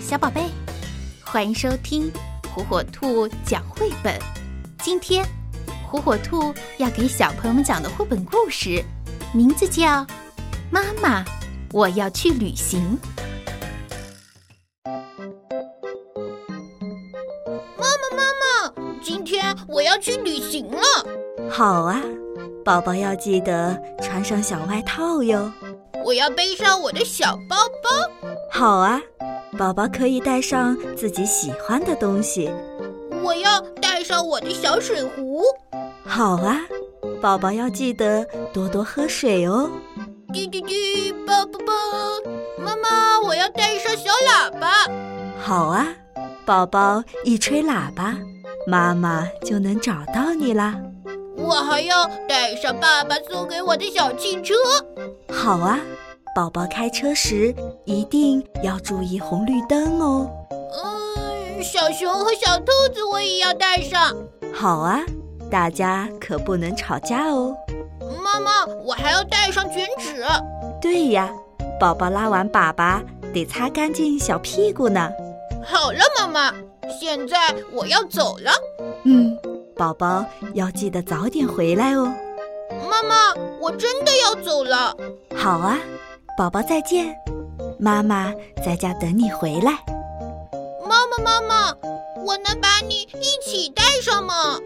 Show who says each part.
Speaker 1: 小宝贝，欢迎收听火火兔讲绘本。今天，火火兔要给小朋友们讲的绘本故事，名字叫《妈妈，我要去旅行》。
Speaker 2: 妈妈，妈妈，今天我要去旅行了。
Speaker 3: 好啊，宝宝要记得穿上小外套哟。
Speaker 2: 我要背上我的小包包。
Speaker 3: 好啊，宝宝可以带上自己喜欢的东西。
Speaker 2: 我要带上我的小水壶。
Speaker 3: 好啊，宝宝要记得多多喝水哦。
Speaker 2: 滴滴滴，叭叭叭。妈妈，我要带上小喇叭。
Speaker 3: 好啊，宝宝一吹喇叭，妈妈就能找到你啦。
Speaker 2: 我还要带上爸爸送给我的小汽车。
Speaker 3: 好啊，宝宝开车时一定要注意红绿灯哦。
Speaker 2: 嗯，小熊和小兔子我也要带上。
Speaker 3: 好啊，大家可不能吵架哦。
Speaker 2: 妈妈，我还要带上卷纸。
Speaker 3: 对呀，宝宝拉完粑粑得擦干净小屁股呢。
Speaker 2: 好了，妈妈，现在我要走了。
Speaker 3: 嗯，宝宝要记得早点回来哦。
Speaker 2: 妈妈，我真的要走了。
Speaker 3: 好啊，宝宝再见，妈妈在家等你回来。
Speaker 2: 妈妈，妈妈，我能把你一起带上吗？